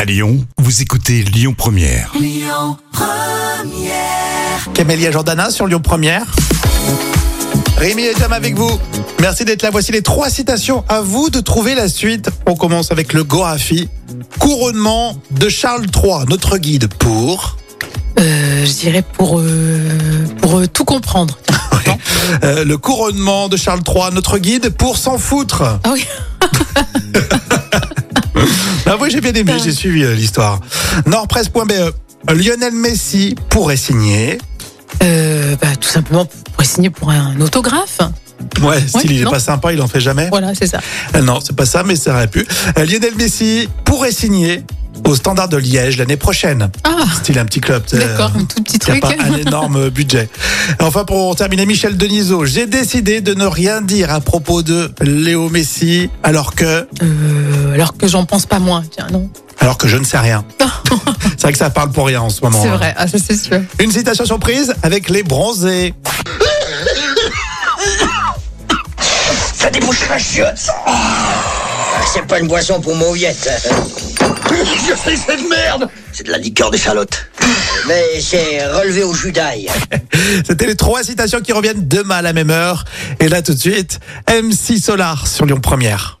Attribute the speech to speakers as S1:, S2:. S1: À Lyon, vous écoutez Lyon Première.
S2: Camélia Jordana sur Lyon Première. Rémi et Jam avec vous. Merci d'être là. Voici les trois citations. À vous de trouver la suite. On commence avec le Gorafi. Couronnement de Charles III, notre guide pour.
S3: Euh, je dirais pour, euh, pour euh, tout comprendre.
S2: Euh, le couronnement de Charles III, notre guide pour s'en foutre.
S3: Ah oui.
S2: Ah oui, j'ai bien aimé, j'ai suivi euh, l'histoire. Nordpresse.be. E. Lionel Messi pourrait signer.
S3: Euh, bah, tout simplement pour signer pour un autographe.
S2: Ouais, s'il il est
S3: non.
S2: pas sympa, il en fait jamais.
S3: Voilà, c'est ça.
S2: Euh, Non, c'est pas ça, mais ça aurait pu. Euh, Lionel Messi pourrait signer au Standard de Liège l'année prochaine.
S3: Ah,
S2: Style un petit club. tu sais,
S3: d'accord,
S2: euh,
S3: un tout petit
S2: qui a
S3: truc.
S2: pas un énorme budget. Enfin, pour terminer, Michel Denisot, j'ai décidé de ne rien dire à propos de Léo Messi, alors que,
S3: Euh, alors que j'en pense pas moins. Tiens, non.
S2: alors que je ne sais rien. c'est vrai que ça parle pour rien en ce moment.
S3: C'est
S2: hein.
S3: vrai, ah, ça c'est sûr.
S2: Une citation surprise avec les bronzés.
S4: Ça débouche la chiotte
S5: Oh, C'est pas une boisson pour mauviette.
S4: Je fais cette merde C'est de la liqueur d'échalote.
S5: Mais c'est relevé au jus d'ail.
S2: C'était les trois citations qui reviennent demain à la même heure. Et là, tout de suite, MC Solar sur Lyon Première.